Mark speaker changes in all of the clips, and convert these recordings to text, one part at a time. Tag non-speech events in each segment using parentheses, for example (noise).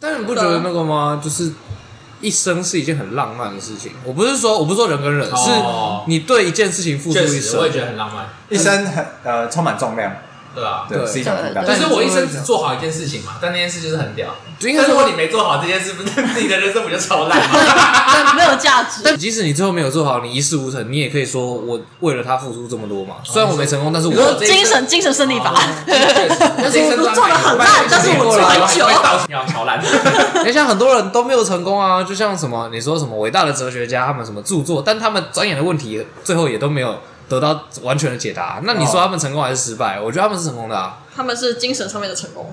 Speaker 1: 但是你不觉得那个吗？就是一生是一件很浪漫的事情。我不是说我不是说人跟人，
Speaker 2: 哦
Speaker 1: 是你对一件事情付出
Speaker 2: 确
Speaker 1: 一
Speaker 2: 实
Speaker 1: 生
Speaker 2: 我。也觉得很浪漫，
Speaker 3: 一生很呃充满重量，
Speaker 2: 对吧？
Speaker 3: 对，
Speaker 1: 对
Speaker 3: 是一种负担。
Speaker 2: 就是我一生只做好一件事情嘛，但那件事就是很屌。
Speaker 1: 就应该
Speaker 2: 但
Speaker 1: 说
Speaker 2: 如果你没做好这件事，不是 (laughs) 自己的人生不就超烂 (laughs) 吗？
Speaker 4: (laughs) 对，没有价值。
Speaker 1: 但即使你最后没有做好，你一事无成，你也可以说我为了他付出这么多嘛。虽然我没成功，但是我
Speaker 2: 哦你说这哦
Speaker 4: 精神精神胜利法， (laughs)
Speaker 2: 但
Speaker 4: 是我做得很烂但是我做很久
Speaker 2: 道歉要超烂。
Speaker 1: 你哎像很多人都没有成功啊，就像什么你说什么伟大的哲学家，他们什么著作，但他们钻研的问题最后也都没有得到完全的解答。那你说
Speaker 2: 哦
Speaker 1: 他们成功还是失败？我觉得他们是成功的啊。
Speaker 4: 他们是精神上面的成功。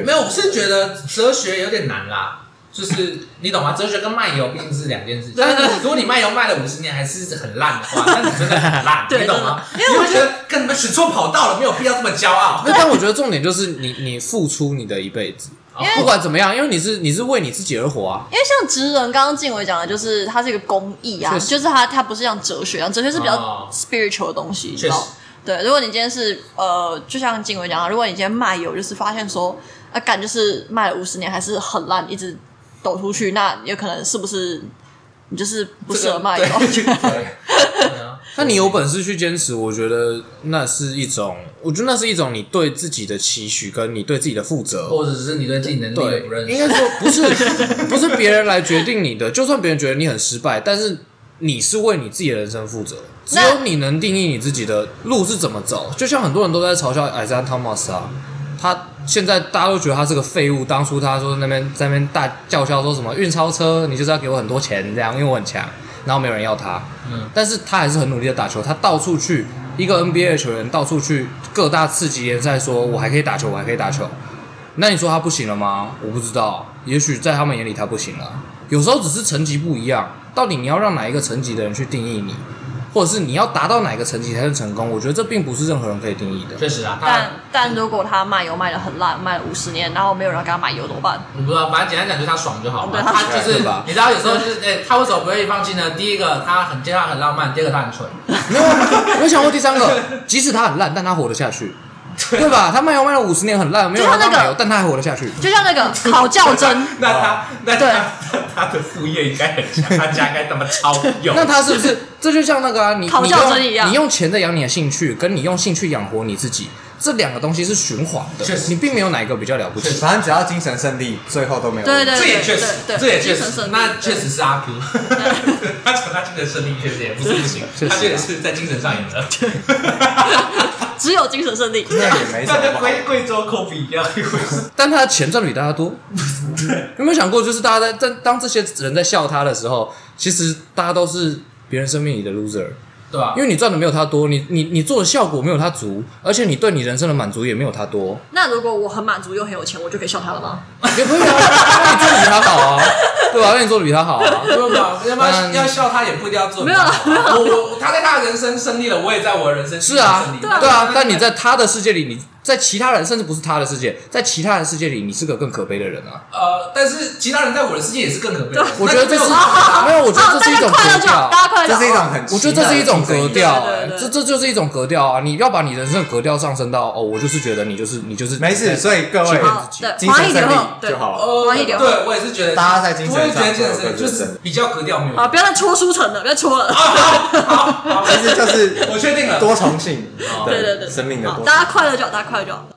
Speaker 2: (laughs) 没有，我是觉得哲学有点难啦，就是你懂吗？哲学跟漫游毕竟是两件事情。但是如果你漫游卖了五十年还是很烂的 (laughs) 话，那你真的很烂，
Speaker 4: 对
Speaker 2: 你懂吗？
Speaker 4: 真
Speaker 2: 你会觉得跟你们选错跑道了，没有必要这么骄傲。
Speaker 1: 那啊但我觉得重点就是你你付出你的一辈子啊
Speaker 2: 因为，
Speaker 1: 不管怎么样，因为你是你是为你自己而活啊。
Speaker 4: 因为像职人，刚刚静伟讲的，就是它是一个公益啊，
Speaker 1: 确实
Speaker 4: 就是它它不是像哲学一样，哲学是比较
Speaker 2: 哦
Speaker 4: spiritual 的东西，你知
Speaker 2: 确实
Speaker 4: 道？对，如果你今天是呃，就像静伟讲的，如果你今天卖油，就是发现说啊，干就是卖了五十年还是很烂，一直抖出去，那有可能是不是你就是不适合卖油？
Speaker 2: 这个 (laughs) 对对啊
Speaker 1: 那你有本事去坚持，我觉得那是一种，我觉得那是一种你对自己的期许跟你对自己的负责。
Speaker 2: 或者是你对自己能力的
Speaker 1: 对
Speaker 2: 不认，识
Speaker 1: 应。该说不是不是 (laughs) 别人来决定你的，就算别人觉得你很失败，但是你是为你自己的人生负责。只
Speaker 4: 那
Speaker 1: 有你能定义你自己的路是怎么走。就像很多人都在嘲笑艾山汤马斯啊，他现在大家都觉得他是个废物。当初他说那边在那边大叫嚣说什么运钞车，你就是要给我很多钱这样，因为我很强，然后没有人要他。
Speaker 2: 嗯，
Speaker 1: 但是他还是很努力的打球，他到处去一个 NBA 的球员，到处去各大次级联赛，说我还可以打球，我还可以打球。那你说他不行了吗？我不知道，也许在他们眼里他不行了。有时候只是层级不一样，到底你要让哪一个层级的人去定义你，或者是你要达到哪个层级才是成功？我觉得这并不是任何人可以定义
Speaker 2: (laughs)
Speaker 1: 的。
Speaker 2: 确实啊，他
Speaker 4: (laughs) 但但如果他卖油卖的很烂，卖了五十年，然后没有人给他买油怎么办？
Speaker 2: 我不知道，反正简单讲就是他爽就好嘛。
Speaker 4: 对
Speaker 2: 他就是
Speaker 1: 对吧
Speaker 2: 你知道，有时候就是哎，他为什么不愿意放弃呢？第一个他很接他很浪漫，第二个他很蠢。
Speaker 1: 没有，我想过第三个，即使他很烂，但他活得下去，对吧？他卖油卖了五十年很烂，没有人
Speaker 4: 就像那
Speaker 1: 要
Speaker 4: 个
Speaker 1: 买油，但他还活得下去。
Speaker 4: 就像那个考较真，
Speaker 2: (laughs) 那
Speaker 3: 哦
Speaker 2: 他那
Speaker 4: 对
Speaker 2: 他他的副业应该很强，他家应该他妈超有。
Speaker 1: (laughs) 那他是不是这就像那个啊？你
Speaker 4: 考
Speaker 1: 你
Speaker 4: 教
Speaker 1: 用
Speaker 4: 真一样
Speaker 1: 你用钱在养你的兴趣，跟你用兴趣养活你自己，这两个东西是循环的
Speaker 2: 确。实
Speaker 1: 你并没有哪一个比较了不起
Speaker 2: 确。实
Speaker 3: 反正只要精神胜利，最后都没有问
Speaker 4: 对
Speaker 3: 题。
Speaker 4: 对
Speaker 2: 这也确实，
Speaker 4: 对对
Speaker 2: 这也确
Speaker 4: 精神胜
Speaker 2: 实
Speaker 4: 利，
Speaker 2: 那
Speaker 4: 对
Speaker 2: 确实是阿 Q，他从他精神胜利确实也不是不行，
Speaker 1: 确实啊
Speaker 2: 他确实是在精神上赢了。 (laughs)
Speaker 4: 只有精神胜利。
Speaker 3: 那也没什
Speaker 2: 那
Speaker 3: 么
Speaker 2: 跟
Speaker 3: 不好。
Speaker 2: 贵贵州科比一样，一回事
Speaker 1: 但他的钱赚的比大家
Speaker 2: (laughs)
Speaker 1: 多。有没有想过，就是大家在在当这些人在笑他的时候，其实大家都是别人生命里的 loser，
Speaker 2: 对吧
Speaker 4: 啊
Speaker 1: 因？为你赚的没有他多，你你你做的效果没有他足，而且你对你人生的满足也没有他多，
Speaker 4: 那如果我很满足又很有钱，我就可以笑他了吗？
Speaker 1: 也可以啊，
Speaker 2: (laughs)
Speaker 1: 那你做的比他好啊，对吧、那你做的比他好啊，
Speaker 2: 对吧？要不要
Speaker 1: 嗯
Speaker 2: 要笑他也不一定要做。
Speaker 4: 没有
Speaker 2: 你知道吗我我他在他的人生胜利了，我也在我的人生
Speaker 1: 是啊
Speaker 2: 胜利，
Speaker 1: 对啊，但你在他的世界里，你在其他人甚至不是他的世界，在其他人世界里，你是个更可悲的人啊！
Speaker 2: 呃，但是其他人在我的世界也是更可悲的。
Speaker 1: 我觉得
Speaker 2: 那
Speaker 1: 这
Speaker 2: 没有
Speaker 1: 是
Speaker 2: 办
Speaker 1: (laughs)
Speaker 2: 法
Speaker 1: 没有，我觉
Speaker 4: 好，
Speaker 1: 得这是一种
Speaker 4: 哦大家快乐
Speaker 1: 格
Speaker 4: 就好，大
Speaker 1: 调，
Speaker 4: 家快乐就好。
Speaker 3: 这是一种很，
Speaker 1: 我觉得这是一种格调，
Speaker 4: 对
Speaker 1: 哎
Speaker 4: 对对
Speaker 1: 这这就是一种格调啊！你要把你人生的格调上升到哦，我就是觉得你就是你就是
Speaker 3: 没事，所以各位
Speaker 4: 好，对，
Speaker 3: 精
Speaker 4: 黄奕流
Speaker 3: 神胜利
Speaker 4: 后，对
Speaker 3: 就
Speaker 1: 哦
Speaker 3: 好了。
Speaker 2: 呃，
Speaker 4: 黄奕流后。
Speaker 2: 对我也是觉得，
Speaker 3: 大家在精神上
Speaker 2: 我也觉得精神胜利
Speaker 3: 都有各
Speaker 2: 就
Speaker 3: 自的
Speaker 2: 是比较格调没有。
Speaker 4: 啊，不要再戳书城了，不要戳了。
Speaker 1: 啊
Speaker 2: 好，好
Speaker 3: 其实就是
Speaker 2: 我确定了。
Speaker 3: 多重性，
Speaker 4: 对对对，
Speaker 3: 生命的
Speaker 4: 好
Speaker 3: 多重性。
Speaker 4: 大家快乐就好，大家快乐就好。